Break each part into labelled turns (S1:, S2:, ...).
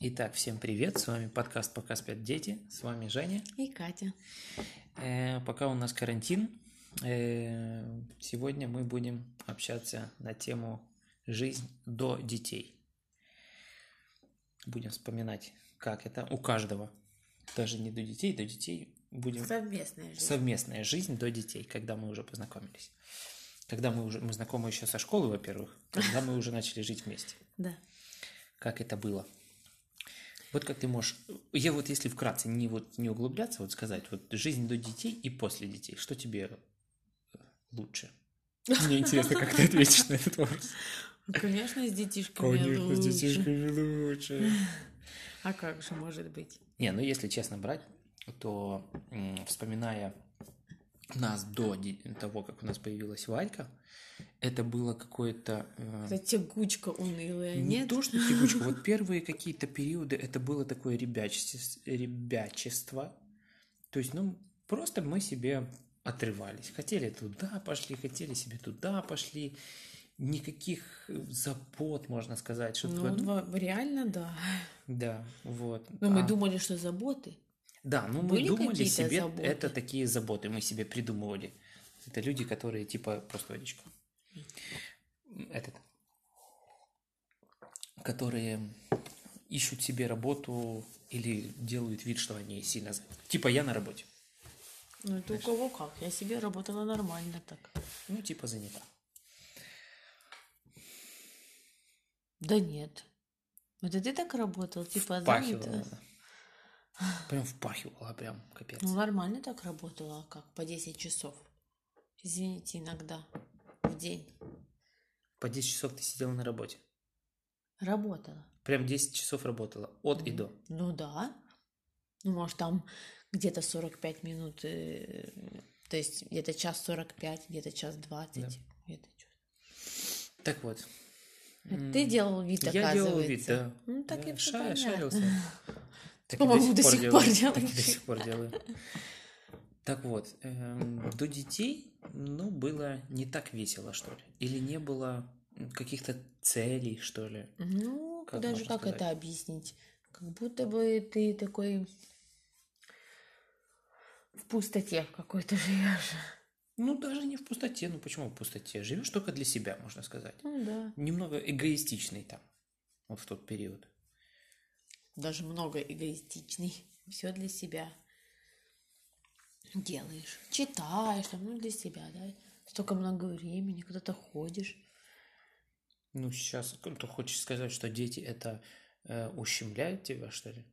S1: Итак, всем привет, с вами подкаст «Пока спят дети», с вами Женя.
S2: И Катя.
S1: Э, пока у нас карантин, э, сегодня мы будем общаться на тему «Жизнь до детей». Будем вспоминать, как это у каждого, даже не до детей, до детей будем...
S2: Совместная жизнь.
S1: Совместная жизнь до детей, когда мы уже познакомились. Когда мы уже, мы знакомы еще со школы, во-первых, когда мы уже начали жить вместе.
S2: Да.
S1: Как это было? Вот как ты можешь, я вот если вкратце не вот не углубляться, вот сказать, вот жизнь до детей и после детей, что тебе э, лучше? Мне интересно, как ты ответишь на этот вопрос.
S2: Ну, Конечно, с детишками
S1: Конечно, с
S2: лучше.
S1: детишками лучше.
S2: А как же может быть?
S1: Не, ну если честно брать, то м, вспоминая нас до де- того, как у нас появилась Варька, это было какое-то... э,
S2: Это тягучка унылая,
S1: Не
S2: нет?
S1: то, что тягучка, вот первые какие-то периоды это было такое ребячество, ребячество. То есть, ну, просто мы себе отрывались. Хотели туда пошли, хотели себе туда пошли. Никаких э, забот, можно сказать, что такое,
S2: Ну,
S1: ну,
S2: во- реально, да.
S1: да, вот.
S2: Но мы
S1: А,
S2: думали, что заботы.
S1: Да, ну мы
S2: были
S1: думали
S2: какие-то
S1: себе,
S2: заботы?
S1: это такие заботы, мы себе придумывали. Это люди, которые типа, просто водичка. Этот. Которые ищут себе работу или делают вид, что они сильно заняты. Типа я на работе.
S2: Ну, это у кого как. Я себе работала нормально так.
S1: Ну, типа занята.
S2: Да нет. Это ты так работал, типа
S1: Впахивала.
S2: занята.
S1: Прям впахивала, прям капец.
S2: Ну, нормально так работала, а как? По 10 часов. Извините, иногда в день.
S1: По 10 часов ты сидела на работе.
S2: Работала.
S1: Прям 10 часов работала. От и до.
S2: Ну да. Ну, может, там где-то 45 минут, э, то есть где-то час 45, где-то час 20.
S1: Да.
S2: где-то чё.
S1: Так вот.
S2: Ты
S1: М.
S2: делал вид,
S1: Я делал вид,
S2: оказывается.
S1: да.
S2: Ну, так
S1: я
S2: и всё понятно.
S1: Э, шарился. Так и
S2: По-моему, до сих пор
S1: делаю.
S2: делаешь.
S1: Так и до сих пор делаю. Так вот, эм, до детей, ну, было не так весело, что ли. Или не было м, каких-то целей, что ли.
S2: Ну,
S1: Как
S2: даже
S1: можно
S2: как
S1: сказать?
S2: это объяснить? Как будто бы ты такой в пустоте какой-то живешь.
S1: Ну, даже не в пустоте. Ну, почему в пустоте? Живешь только для себя, можно сказать.
S2: Ну да.
S1: Немного эгоистичный там, вот в тот период.
S2: Даже много эгоистичный. Все для себя делаешь. Читаешь, там, ну, для себя, да. Столько много времени, куда-то ходишь.
S1: Ну, сейчас, ты хочешь сказать, что дети это э, ущемляют тебя, что ли?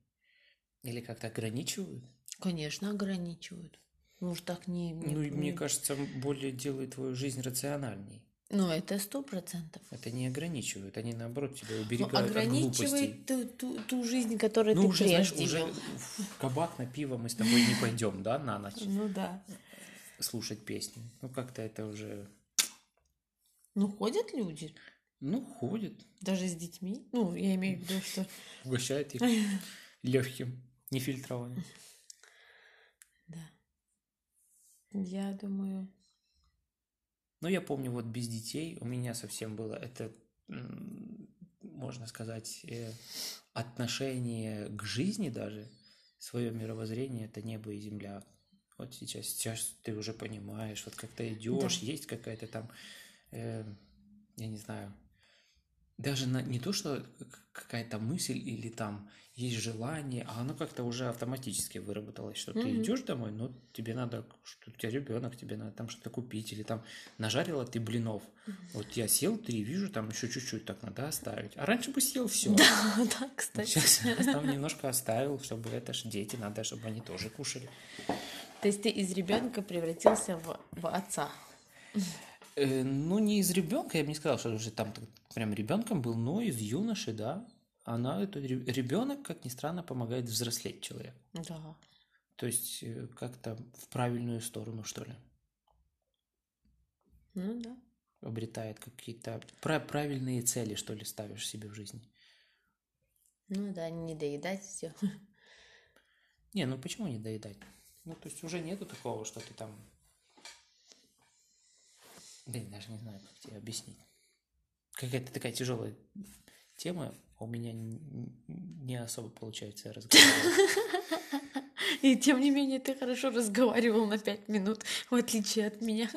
S1: Или как-то ограничивают?
S2: Конечно, ограничивают. Ну уж так не... не-
S1: Ну, и
S2: не-
S1: мне кажется, более делает твою жизнь рациональней.
S2: Ну, это сто процентов.
S1: Это не ограничивают, они наоборот тебя
S2: Ну,
S1: уберегают от глупостей.
S2: ограничивает ту, ту, ту жизнь, которую
S1: Ну,
S2: ты
S1: уже, знаешь,
S2: прежде
S1: уже
S2: вел.
S1: в кабак на пиво мы с тобой не пойдем, да, на ночь
S2: Ну да.
S1: слушать песни. Ну, как-то это уже...
S2: Ну, ходят люди,
S1: Ну, ходит,
S2: даже с детьми. Ну, я имею в виду, что...
S1: угощает их легким, нефильтрованным.
S2: Да. Я думаю...
S1: Но я помню, вот без детей у меня совсем было это, м, можно сказать, э, отношение к жизни даже, свое мировоззрение это небо и земля. Вот сейчас, сейчас ты уже понимаешь, вот как ты идешь, есть какая-то там, э, я не знаю, даже на- не то, что к- какая-то мысль или там есть желание, а оно как-то уже автоматически выработалось, что ты
S2: Мгм.
S1: идешь домой, но тебе надо, что у тебя ребенок, тебе надо там что-то купить, или там нажарила ты блинов. Вот я сел, три, вижу, там еще чуть-чуть так надо оставить. А раньше бы съел все.
S2: Да, да, кстати.
S1: Сейчас там немножко оставил, чтобы это ж дети, надо, чтобы они тоже кушали.
S2: То есть ты из ребенка превратился в, в отца.
S1: Э, ну, не из ребенка, я бы не сказал, что уже там так прям ребенком был, но из юноши, да. Она, это ре- ребенок, как ни странно, помогает взрослеть человеку.
S2: Да.
S1: То есть э, как-то в правильную сторону, что ли.
S2: Ну да.
S1: Обретает какие-то пра- правильные цели, что ли, ставишь себе в жизни.
S2: Ну да, не доедать все.
S1: Не, ну почему не доедать? Ну, то есть уже нету такого, что ты там... Да я даже не знаю, как тебе объяснить. Какая-то такая тяжелая темы, а у меня н- н- не особо получается разговаривать.
S2: И тем не менее ты хорошо разговаривал на пять минут, в отличие от меня.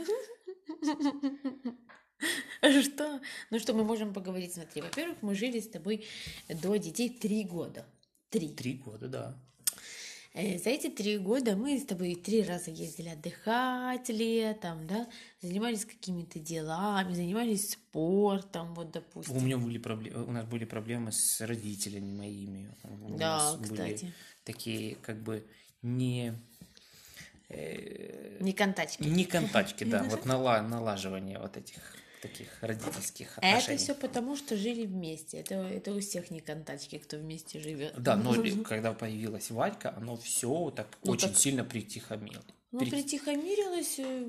S2: Что? Ну что, мы можем поговорить, смотри. Во-первых, мы жили с тобой до детей три года. Три.
S1: Три года, да.
S2: Э, За эти три года мы с тобой три раза ездили отдыхать летом, да, занимались какими-то делами, занимались спортом, вот, допустим.
S1: У меня были проблемы, у нас были проблемы с родителями моими. У
S2: Да,
S1: нас были
S2: кстати.
S1: такие как бы не э,
S2: Не контачки.
S1: не контачки, да, вот нала- налаживание вот этих таких родительских
S2: А Это
S1: отношений.
S2: все потому, что жили вместе. Это, это у всех не контачки, кто вместе живет.
S1: Да, но ли- когда появилась Варька, оно все так
S2: Ну,
S1: очень
S2: так-
S1: сильно притихомило.
S2: Ну,
S1: перед-
S2: притихомирилось. э,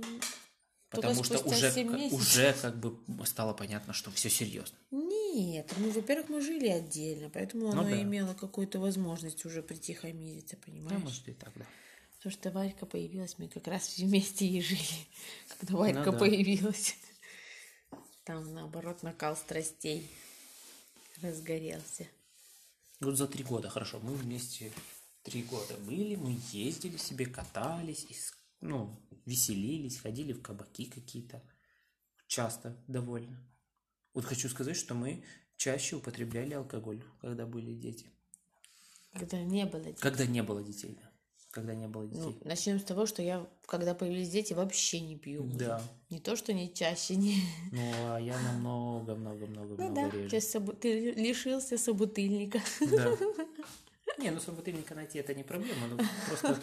S2: только
S1: Потому что
S2: спустя
S1: уже,
S2: семь
S1: к-
S2: месяцев.
S1: уже как бы стало понятно, что все серьезно.
S2: Нет, ну, во-первых, мы жили отдельно, поэтому оно
S1: Ну да.
S2: имело какую-то возможность уже притихомириться,
S1: Да,
S2: понимаешь?
S1: может Ну, и так, да.
S2: Потому что Варька появилась, мы как раз вместе и жили, когда Варька
S1: Ну да.
S2: появилась. Там, наоборот, накал страстей разгорелся.
S1: Вот за три года, хорошо, мы вместе три года были, мы ездили себе, катались, и с- ну, веселились, ходили в кабаки какие-то. Часто довольно. Вот хочу сказать, что мы чаще употребляли алкоголь, когда были дети.
S2: Когда не было детей.
S1: Когда не было детей, да. Когда не было
S2: Ну,
S1: детей.
S2: начнем с того, что я, когда появились дети, вообще не пью. уже.
S1: да.
S2: Не то, что не чаще, не...
S1: Ну, а я намного-много-много-много
S2: Ну да,
S1: реже.
S2: ты, собу- ты лишился собутыльника.
S1: Да. Не, ну собутыльника найти это не проблема, ну просто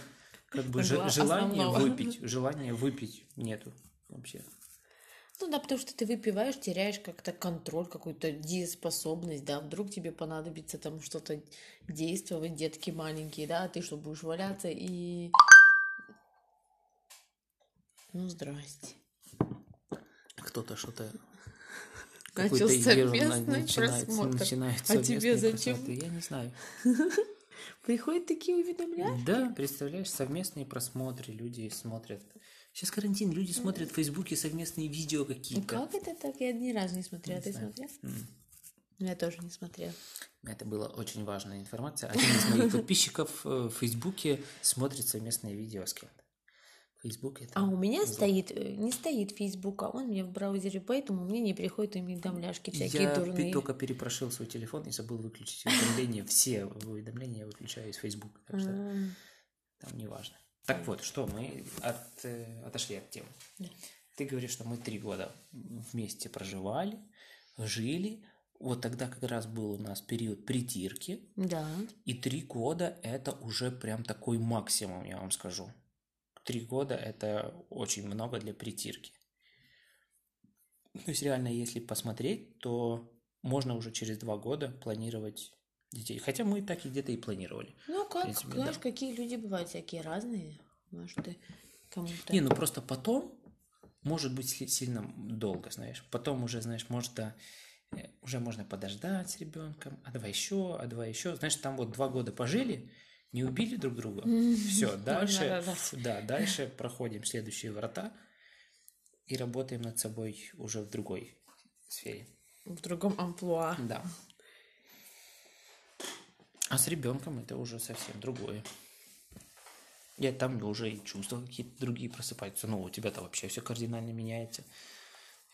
S1: как бы же-
S2: Гла-
S1: желание
S2: основного.
S1: выпить, желание выпить нету вообще.
S2: Ну да, потому что ты выпиваешь, теряешь как-то контроль, какую-то дееспособность, да, вдруг тебе понадобится там что-то действовать, детки маленькие, да, а ты что, будешь валяться и... Ну, здрасте.
S1: Кто-то что-то
S2: Начал
S1: какой-то ерунда
S2: совместный
S1: начинает-
S2: просмотр.
S1: начинает
S2: А тебе
S1: совместные
S2: зачем?
S1: просмотры, Я не знаю.
S2: Приходят такие уведомления.
S1: Да, представляешь, совместные просмотры люди смотрят. Сейчас карантин, люди смотрят в Фейсбуке совместные видео какие-то.
S2: Ну, Как это так? Я ни разу не смотрела.
S1: Ну, Не
S2: Ты
S1: знаю.
S2: смотрел?
S1: М.
S2: Я тоже не смотрела.
S1: Это была очень важная информация. Один из моих подписчиков э, в Фейсбуке смотрит совместное видео с кем-то. Фейсбук это...
S2: А у меня
S1: зло.
S2: стоит, э, не стоит Facebook, а он у меня в браузере, поэтому мне не приходят уведомляшки всякие
S1: Я пе-
S2: дурные.
S1: только перепрошил свой телефон и забыл выключить уведомления. Все уведомления я выключаю из Фейсбука, так что
S2: А.
S1: там не важно. Так вот, что мы от, э, отошли от темы.
S2: Да.
S1: Ты говоришь, что мы три года вместе проживали, жили. Вот тогда как раз был у нас период притирки.
S2: Да.
S1: И три года это уже прям такой максимум, я вам скажу. Три года это очень много для притирки. То есть реально, если посмотреть, то можно уже через два года планировать детей. Хотя мы так и где-то и планировали.
S2: Ну как,
S1: принципе,
S2: знаешь,
S1: да.
S2: какие люди бывают всякие разные. Может, ты кому-то...
S1: Не, ну просто потом может быть сли- сильно долго, знаешь. Потом уже, знаешь, может, да, э, уже можно подождать с ребенком, а давай еще, а давай еще. Знаешь, там вот два года пожили, не убили друг друга. Все, ну, дальше,
S2: рожать.
S1: да, дальше проходим следующие врата и работаем над собой уже в другой сфере.
S2: В другом амплуа.
S1: Да. А с ребенком это уже совсем другое. Я там уже и чувства какие-то другие просыпаются. Ну, у тебя-то вообще все кардинально меняется.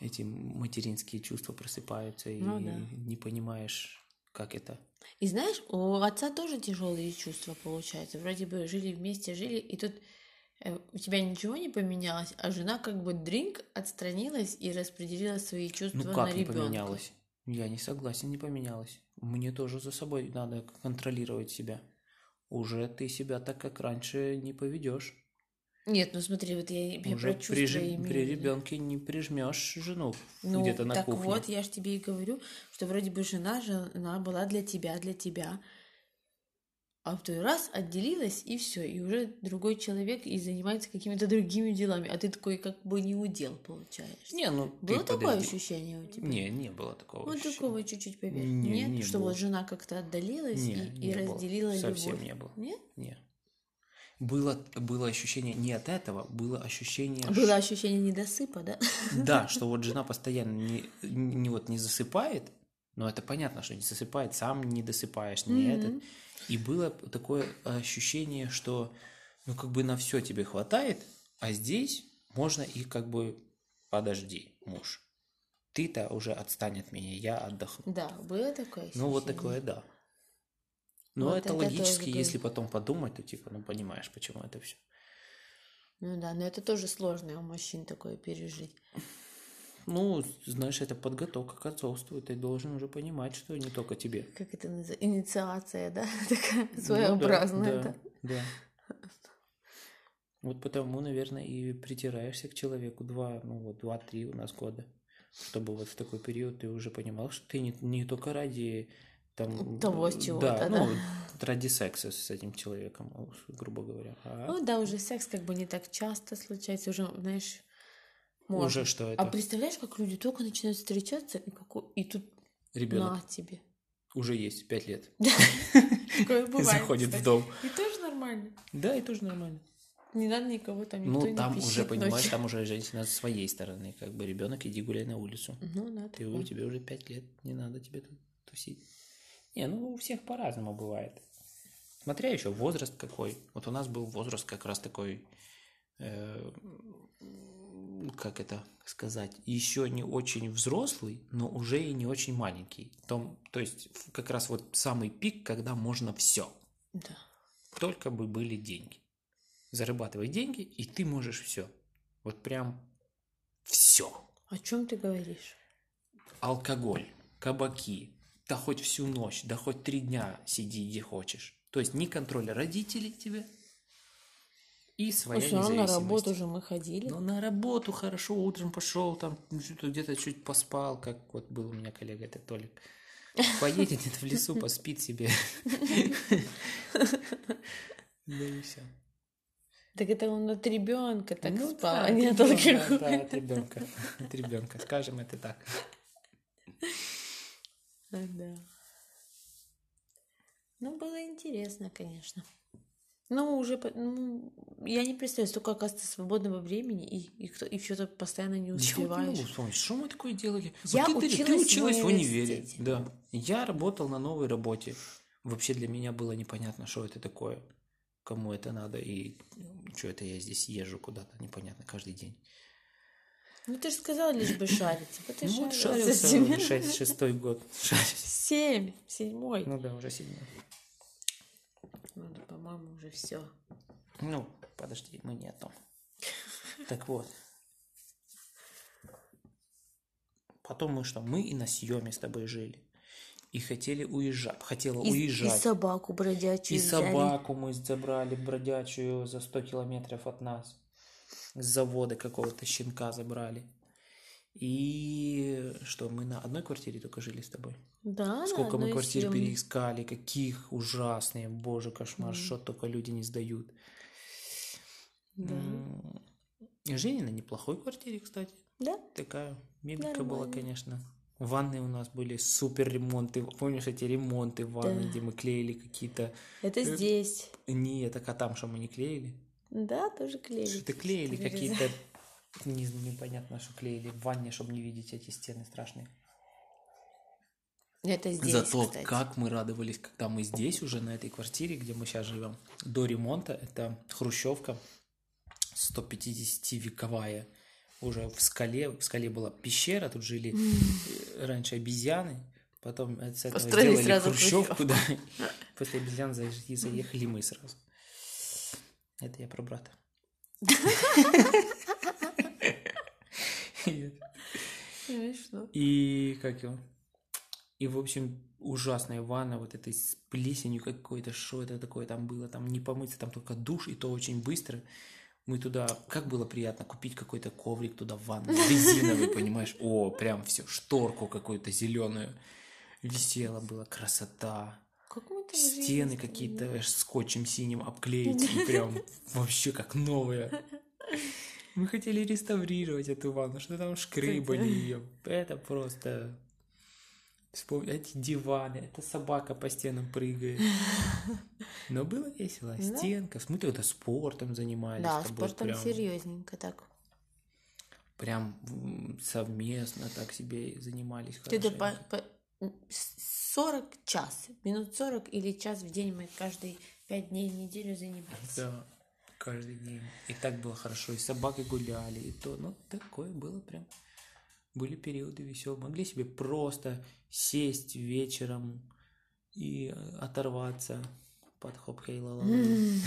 S1: Эти материнские чувства просыпаются, и
S2: Ну да.
S1: не понимаешь, как это.
S2: И знаешь, у отца тоже тяжелые чувства получаются. Вроде бы жили вместе, жили, и тут э, у тебя ничего не поменялось, а жена как бы дринг отстранилась и распределила свои чувства
S1: Ну как
S2: на
S1: не
S2: ребенка.
S1: поменялось? Я не согласен, не поменялось. Мне тоже за собой надо контролировать себя. Уже ты себя так, как раньше, не поведешь.
S2: Нет, ну смотри, вот я, я
S1: Уже при,
S2: про чувства
S1: жи-
S2: имею
S1: при
S2: в виду.
S1: ребенке не прижмешь жену
S2: Ну,
S1: где-то на
S2: так
S1: кухне.
S2: вот, я же тебе и говорю, что вроде бы жена, жена была для тебя, для тебя. А в той раз отделилась, и все, и уже другой человек и занимается какими-то другими делами, а ты такой как бы не удел получаешь.
S1: Не, ну ты
S2: Было такое
S1: подожди.
S2: ощущение у тебя?
S1: Не, не было такого.
S2: Вот
S1: ощущения.
S2: такого чуть-чуть поверь.
S1: Не,
S2: Нет,
S1: не
S2: что
S1: было.
S2: вот жена как-то отдалилась
S1: Не,
S2: и, и
S1: не было.
S2: разделила
S1: Совсем
S2: любовь.
S1: не было.
S2: Нет?
S1: Не. Было, было ощущение не от этого, было ощущение,
S2: Было ощущение недосыпа, да?
S1: ш- да, что вот жена постоянно не, не вот не засыпает, Но это понятно, что не засыпает, сам не досыпаешь, не
S2: Мгм.
S1: этот. И было такое ощущение, что ну как бы на все тебе хватает, а здесь можно и как бы подожди, муж. Ты-то уже отстань от меня, я отдохну.
S2: Да, было такое
S1: Ну вот
S2: ощущение.
S1: такое, да. Но
S2: Вот
S1: это,
S2: это
S1: логически,
S2: тоже было.
S1: если потом подумать, то типа, ну понимаешь, почему это все.
S2: Ну да, но это тоже сложно у мужчин такое пережить.
S1: Ну, знаешь, это подготовка к отцовству, и ты должен уже понимать, что не только тебе.
S2: Как это называется? Инициация, да? Такая
S1: Ну да,
S2: своеобразная.
S1: да,
S2: да.
S1: да. Вот потому, наверное, и притираешься к человеку два, ну вот два-три у нас года, чтобы вот в такой период ты уже понимал, что ты не, не только ради там
S2: Того,
S1: э,
S2: чего-то,
S1: да,
S2: да.
S1: ну, ради секса с этим человеком, уж, грубо говоря, а
S2: Ну да, уже секс как бы не так часто случается, уже, знаешь, можно.
S1: уже что это
S2: А представляешь, как люди только начинают встречаться, и, какой- и тут
S1: ребенок
S2: на тебе.
S1: уже есть пять лет
S2: Такое
S1: и
S2: бывает.
S1: заходит в
S2: кстати.
S1: дом,
S2: И тоже нормально.
S1: да, и тоже нормально.
S2: Не надо никого там, никто
S1: Ну
S2: не
S1: там
S2: пищит
S1: уже понимаешь,
S2: ночью.
S1: там уже женщина со своей стороны, как бы ребенок иди гуляй на улицу.
S2: Ну да,
S1: Ты, у
S2: такое.
S1: тебя уже пять лет, не надо тебе тут тусить. Не, ну у всех по-разному бывает. Смотря еще возраст какой. Вот у нас был возраст как раз такой, э, м, как это сказать, еще не очень взрослый, но уже и не очень маленький. Том, то есть в- как раз вот самый пик, когда можно все.
S2: Да.
S1: Только бы были деньги. Зарабатывай деньги, и ты можешь все. Вот прям все
S2: О чем ты говоришь?
S1: алкоголь, кабаки, да хоть всю ночь, да хоть три дня сиди где хочешь. То есть ни контроля родителей тебе и своя
S2: Ну, все равно на
S1: независимость.
S2: работу же мы ходили.
S1: Ну, на работу хорошо, утром пошел, там ну, что-то где-то чуть поспал, как вот был у меня коллега этот Толик. Поедет где-то в лесу, поспит себе. Да и все.
S2: Так это он от ребенка так
S1: Ну
S2: спал,
S1: да,
S2: а не от
S1: от ребёнка,
S2: алкоголя.
S1: Да, от ребенка. От ребенка. Скажем это так.
S2: А, да. Ну, было интересно, конечно. Ну, уже, по- ну, я не представляю, столько, оказывается, свободного времени, и, и, кто- и что-то постоянно не
S1: Ничего не могу
S2: успеваешь.
S1: вспомнить, что мы такое делали?
S2: Я
S1: ты, ты- ты
S2: училась в
S1: училась в универе.
S2: университете.
S1: Да. Я работал на новой работе. Вообще для меня было непонятно, что это такое, кому это надо и что это я здесь езжу куда-то, непонятно, каждый день.
S2: Ну, ты же сказала, лишь бы шарить. Вот и
S1: ну вот
S2: шарила
S1: шарился
S2: себе.
S1: шесть- шестой год. Шарился.
S2: Семь, седьмой.
S1: Ну да, уже седьмой.
S2: Ну, да, по-моему, уже все.
S1: Ну, подожди, мы не о том. Так вот. Потом мы что? Мы и на съеме с тобой жили. И хотели уезжать. Хотела
S2: И, и
S1: уезжать.
S2: собаку бродячую
S1: И
S2: взяли.
S1: собаку мы забрали бродячую за 100 километров от нас. С завода какого-то щенка забрали. И что, мы на одной квартире только жили с тобой?
S2: Ну Да, на
S1: Сколько мы
S2: одной
S1: квартир
S2: съёмной.
S1: переискали, каких ужасные, боже, кошмар,
S2: Мгм.
S1: что только люди не сдают.
S2: Да.
S1: М, и Жили на неплохой квартире, кстати.
S2: Да?
S1: Такая мебелька была,
S2: Нормально.
S1: конечно. Ванны у нас были супер ремонты. Помнишь эти ремонты ванны,
S2: Да.
S1: где мы клеили какие-то...
S2: Это
S1: Э,
S2: здесь.
S1: Не, это там, что мы не клеили.
S2: Да, тоже клеили.
S1: Что-то клеили
S2: Вырезали.
S1: какие-то... Не, непонятно, что клеили в ванне, чтобы не видеть эти стены страшные.
S2: Это здесь,
S1: Зато
S2: кстати.
S1: как мы радовались, когда мы здесь уже, на этой квартире, где мы сейчас живем. До ремонта это хрущевка 150-вековая. Уже в скале, в скале была пещера, тут жили э, раньше обезьяны, потом э, с этого
S2: Построили
S1: сделали
S2: сразу
S1: хрущевку, да. После обезьян заезжали- заехали мы сразу. Это я про брата.
S2: Ну Смешно.
S1: И как его? И, в общем, ужасная ванна вот этой с плесенью какой-то, что это такое там было, там не помыться, там только душ, и то очень быстро. Мы туда, как было приятно купить какой-то коврик туда в ванну, резиновый, понимаешь, о, прям все, шторку какую-то зеленую. Висела была красота.
S2: Как мы там жили,
S1: Стены
S2: если
S1: какие-то
S2: не-
S1: аж скотчем синим обклеить, и прям вообще как новые. Мы хотели реставрировать эту ванну, что там шкрыбали ее. Это просто... Вспомни, эти диваны, эта собака по стенам прыгает. Но было весело.
S2: Да.
S1: Стенка. Мы тогда спортом занимались.
S2: Ну. Да,
S1: с тобой
S2: спортом
S1: прям-
S2: серьезненько так.
S1: Прям м, совместно так себе и занимались.
S2: Ты да
S1: хорошенько.
S2: по- по- 40 час, минут 40 или час в день мы каждые 5 дней в неделю занимались.
S1: Да, каждый день. И так было хорошо, и с собакой гуляли, и то. Ну, такое было прям. Были периоды веселые. Могли себе просто сесть вечером и оторваться под хоп хей ла ла ла.
S2: М.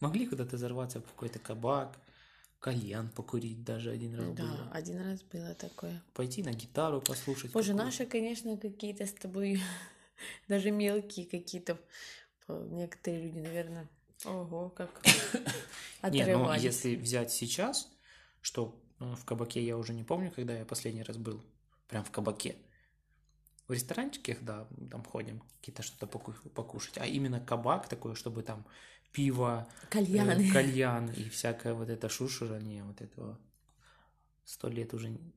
S1: Могли куда-то взорваться в какой-то кабак, кальян покурить даже один раз
S2: Да,
S1: было.
S2: один раз было такое.
S1: Пойти на гитару послушать.
S2: Боже,
S1: какую-то.
S2: наши, конечно, какие-то с тобой даже мелкие какие-то э, некоторые люди, наверное, ого, как
S1: Не, ну
S2: отрывались.
S1: если взять сейчас, что э, в кабаке я уже не помню, когда я последний раз был. Прям в кабаке. В ресторанчиках, да, там ходим, какие-то что-то поку- покушать. А именно кабак такой, чтобы там пиво, э,
S2: Кальяны.
S1: кальян и всякое вот это шушерание вот этого сто лет уже н-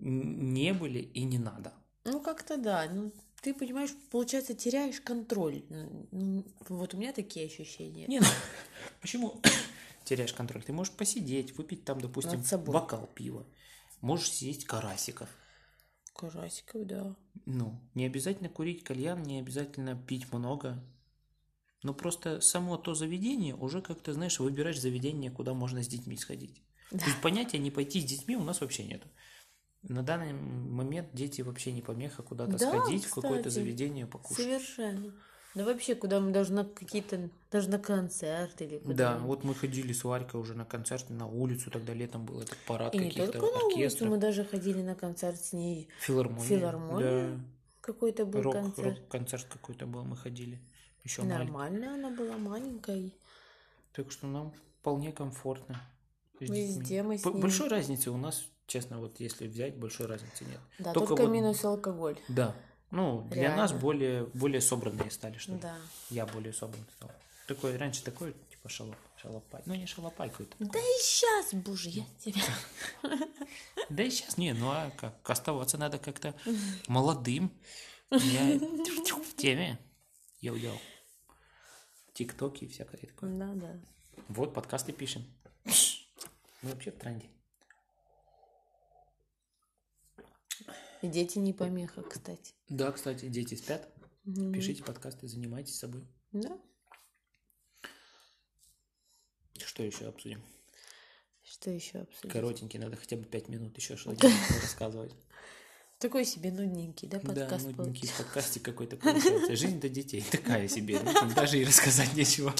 S1: не были и не надо.
S2: Ну, как-то да. Ну, ты понимаешь, получается, теряешь контроль. Ну, ну, Вот у меня такие ощущения.
S1: Не, ну, почему теряешь контроль? Ты можешь посидеть, выпить там, допустим,
S2: Над собой.
S1: бокал пива. Можешь съесть карасиков.
S2: Карасиков, да.
S1: Ну, не обязательно курить кальян, не обязательно пить много. Но просто само то заведение уже как-то, знаешь, выбираешь заведение, куда можно с детьми сходить.
S2: Да.
S1: То есть понятия не пойти с детьми у нас вообще нету. На данный момент дети вообще не помеха куда-то
S2: Да,
S1: сходить, в какое-то
S2: кстати.
S1: заведение покушать.
S2: Совершенно. Да вообще, куда мы должны какие-то, даже на концерт или куда
S1: Да,
S2: мы-
S1: вот мы ходили с Варькой уже на концерт, на улицу, тогда летом был этот парад
S2: И не
S1: каких-то
S2: только на улицу,
S1: оркестров,
S2: мы даже ходили на концерт с ней.
S1: филармония.
S2: филармония,
S1: да.
S2: Какой-то был
S1: Рок-
S2: концерт.
S1: рок-концерт какой-то был, мы ходили. Еще
S2: Нормально, она была маленькой.
S1: Так что нам вполне комфортно. с детьми.
S2: Везде мы Ну с
S1: Б-
S2: ними.
S1: Большой разницы у нас, честно, вот если взять, большой разницы нет.
S2: Да,
S1: Только
S2: только,
S1: вот-
S2: минус алкоголь.
S1: Да. Ну, для нас
S2: Реально.
S1: более, более собранные стали, что ли.
S2: Да.
S1: Я более собран стал. Такой, раньше такой, типа шалоп, шалопай. Ну, не шалопай какой-то.
S2: Да и сейчас, боже, я тебя...
S1: Да и сейчас не, ну а как? Оставаться надо как-то молодым. Я в теме. Йоу-йоу. Тиктоки и всякое такое.
S2: Да, да.
S1: Вот, подкасты пишем. Мы вообще в тренде.
S2: И дети не помеха, кстати.
S1: Да, кстати, дети спят.
S2: Мгм.
S1: Пишите подкасты, занимайтесь собой.
S2: Да.
S1: Что еще обсудим?
S2: Что еще обсудить?
S1: Коротенький, надо хотя бы пять минут еще что-нибудь рассказывать.
S2: Такой себе нудненький, да,
S1: Да,
S2: подкаст
S1: нудненький
S2: получился?
S1: подкастик какой-то получается. Жизнь до детей такая себе. ну, там Даже и рассказать нечего.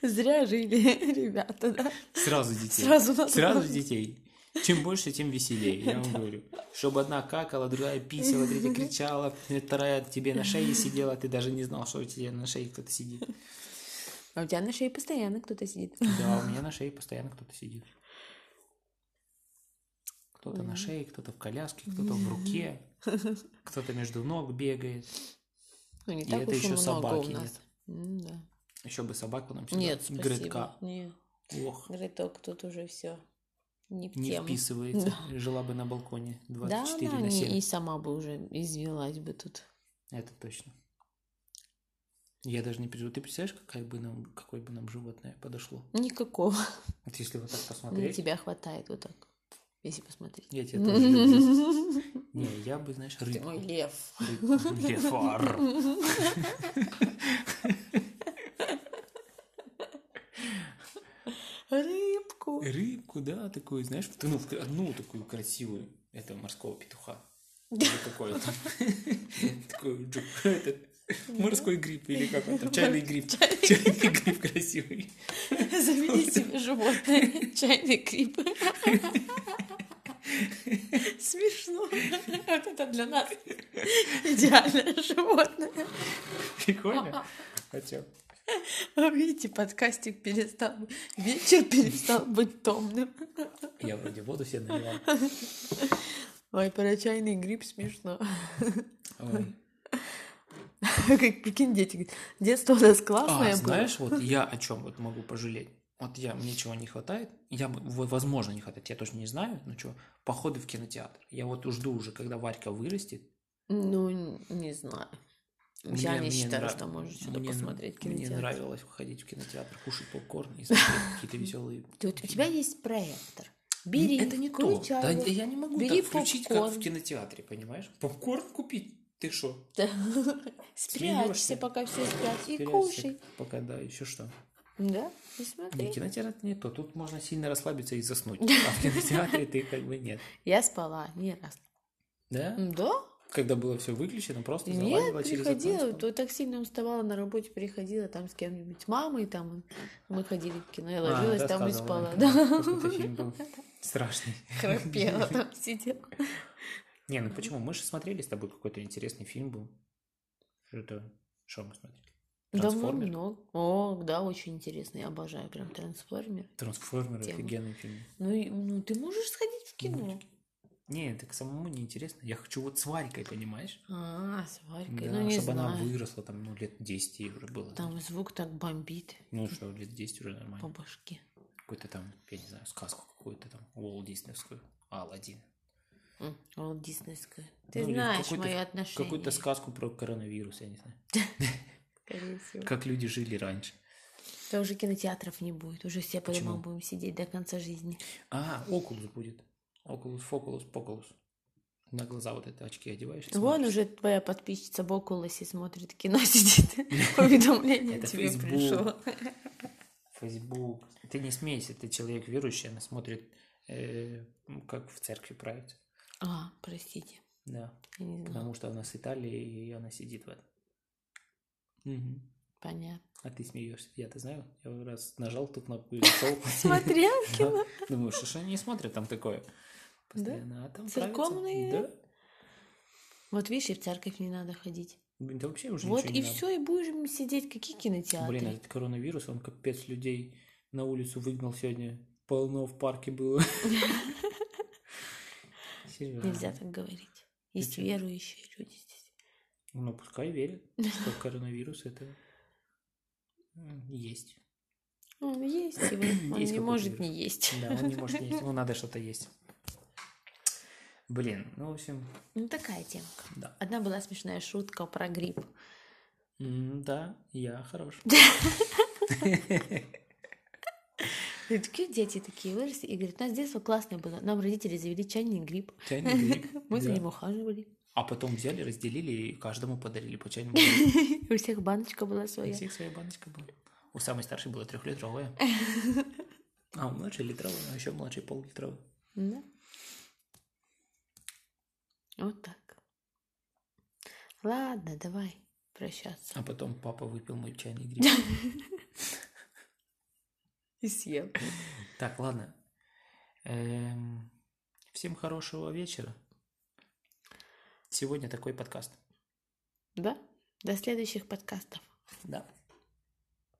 S2: Зря жили ребята, да?
S1: Сразу детей.
S2: Сразу нас
S1: Сразу
S2: много.
S1: детей. Чем больше, тем веселее, я вам говорю. Чтобы одна какала, другая писала, третья кричала, вторая тебе на шее сидела, а ты даже не знал, что у тебя на шее кто-то сидит.
S2: А у тебя на шее постоянно кто-то сидит.
S1: Да, у меня на шее постоянно кто-то сидит. Кто-то на
S2: Ой.
S1: шее, кто-то в коляске, кто-то в руке, кто-то между ног бегает.
S2: Ну, не
S1: И
S2: так
S1: это
S2: уж и
S1: еще
S2: много у
S1: собаки
S2: нас. М, да.
S1: Еще бы собаку нам сюда.
S2: Нет, спасибо.
S1: Грытка.
S2: Нет,
S1: Ох,
S2: Грыток тут уже все не в
S1: не
S2: тему.
S1: вписывается. Жила бы на балконе
S2: Да,
S1: 24
S2: она
S1: на
S2: не-
S1: 7.
S2: и сама бы уже извелась бы тут.
S1: Это точно. Я даже не переживаю. Ты представляешь, какая бы нам, какое бы нам животное подошло?
S2: Никакого.
S1: Вот если вот так
S2: На
S1: посмотреть,
S2: тебя хватает вот так, если посмотреть.
S1: я тебя тоже люблю.
S2: Ты
S1: Не, я бы, знаешь, рыбку.
S2: мой лев.
S1: Рыбку. Лефар.
S2: Рыбку.
S1: Рыбку, да, такую, знаешь, в- ну, в- одну такую красивую, этого морского петуха. Или какой-то. Такой джу- этот, морской гриб или как он там, чайный гриб. Чайный гриб красивый.
S2: Заведи себе животное. Чайный гриб. Смешно. Вот это для нас идеальное животное.
S1: Прикольно. А Хотя,
S2: Вы Видите, подкастик перестал... Вечер перестал быть томным.
S1: я вроде воду себе наливал.
S2: Ой, про чайный гриб смешно.
S1: Ой.
S2: Как прикинь, дети говорят, детство у нас классное
S1: А,
S2: было.
S1: знаешь, вот я о чем вот могу пожалеть. Вот я, мне чего не хватает, я, бы- вот, возможно, не хватает, я точно не знаю, но чего, походы в кинотеатр. Я вот жду уже, когда Варька вырастет,
S2: Ну, н- не знаю. Я
S1: Мне-
S2: не
S1: мне
S2: считаю,
S1: нрав-
S2: что можно что-то
S1: мне-
S2: посмотреть в
S1: Мне
S2: кинотеатре.
S1: нравилось ходить в кинотеатр, кушать попкорн и смотреть какие-то веселые...
S2: Ты- вот у тебя есть проектор. Бери,
S1: это не
S2: кури
S1: то.
S2: чай.
S1: Да, я не могу
S2: Бери
S1: так включить, как
S2: попкорн.
S1: в кинотеатре, понимаешь? Попкорн купить, ты что?
S2: Спрячься,
S1: Смеешься.
S2: пока все спят. И
S1: Теряешься,
S2: кушай.
S1: Пока, да, еще что.
S2: Да, и
S1: Не,
S2: смотри.
S1: кинотеатр это не то. Тут можно сильно расслабиться и заснуть. А в кинотеатре ты как бы нет.
S2: Я спала не раз.
S1: Да?
S2: М, Да?
S1: Когда было все выключено, просто
S2: Нет,
S1: залазила через окно.
S2: приходила,
S1: спала.
S2: то так сильно уставала на работе, приходила там с кем-нибудь, с мамой, там мы ходили в кино, я
S1: А,
S2: ложилась там и
S1: рассказывала,
S2: спала,
S1: да,
S2: да,
S1: какой-то фильм был Страшный.
S2: храпела там, сидела.
S1: Не, ну почему? Мы же смотрели с тобой какой-то интересный фильм был. Что-то... Что мы смотрели?
S2: Давно
S1: Трансформер?
S2: много. О, да, очень интересно, я обожаю прям трансформер.
S1: Трансформеры,
S2: Тема.
S1: офигенный фильм.
S2: Ну, и- ну ты можешь сходить в кино.
S1: Мультики. Не, это к самому неинтересно. Я хочу вот с Варькой, понимаешь?
S2: А, с Варькой,
S1: Да,
S2: ну не
S1: чтобы она
S2: знаю.
S1: выросла, там, ну, лет 10 ей уже было.
S2: Там звук так бомбит
S1: Ну, что, лет 10 уже нормально.
S2: по башке.
S1: Какую-то там, я не знаю, сказку какую-то там, Уолл Дисневскую, Алладин.
S2: М, Уолт Диснейская. Ты
S1: Ну, или
S2: знаешь
S1: какой-то-
S2: мои отношения.
S1: Какую-то сказку про коронавирус, я не знаю.
S2: скорее всего.
S1: Как люди жили раньше.
S2: Да уже кинотеатров не будет, уже все по
S1: Почему?
S2: домам будем сидеть до конца жизни.
S1: А, Окулус будет. Окулус, Фокулус, Покулус. На глаза вот это очки одеваешь. и
S2: Ну, Вон
S1: смотришь.
S2: уже твоя подписчица в Окулусе смотрит кино, сидит. Уведомление
S1: Это
S2: тебе
S1: Фейсбук.
S2: пришло.
S1: Фейсбук. Ты не смейся, ты человек верующий, она смотрит, э, ну, как в церкви правит.
S2: А, простите.
S1: Да.
S2: Я не знала.
S1: Потому что она с Италии, и она сидит в этом. Мгм.
S2: Понятно.
S1: А ты смеешься. Я-то знаю. Я раз нажал ту кнопку и зашел.
S2: Смотрел кино?
S1: Да. Думаю, что ж они смотрят там такое. Постоянно. А там правится.
S2: Церковные?
S1: Да.
S2: Вот видишь, и в церковь не надо ходить.
S1: Блин, Да вообще уже
S2: Вот
S1: ничего не
S2: и
S1: надо.
S2: все, и будем сидеть. Какие
S1: Блин,
S2: кинотеатры?
S1: этот коронавирус, он капец людей на улицу выгнал сегодня. Полно в парке было. Серьезно.
S2: Нельзя так говорить. Есть
S1: Почему?
S2: верующие люди здесь.
S1: Ну, пускай верят, что коронавирус это м, есть.
S2: Он Ну, есть его, он
S1: Есть
S2: не
S1: какой-то
S2: может
S1: вирус.
S2: не есть.
S1: Да, он не может есть, ему надо что-то есть. Блин, ну, в общем,
S2: Ну такая темка.
S1: да.
S2: Одна была смешная шутка про грипп.
S1: М, Да, я хорош.
S2: И такие дети такие выросли и говорят, у нас детство классное было. Нам родители завели чайный гриб.
S1: Чай не гриб,
S2: Мы за
S1: да.
S2: ним ухаживали.
S1: А потом взяли, разделили и каждому подарили по чайному грибу.
S2: У всех баночка была
S1: У
S2: своя.
S1: всех своя баночка была. У самой старшей была трехлитровая. А у младшей литровая, а еще у младшей поллитровая.
S2: Да. Вот так. Ладно, давай прощаться.
S1: А потом папа выпил мой чайный гриб.
S2: И съел.
S1: Так, ладно. Эм, Всем хорошего вечера. Сегодня такой подкаст.
S2: Да? До следующих подкастов.
S1: Да.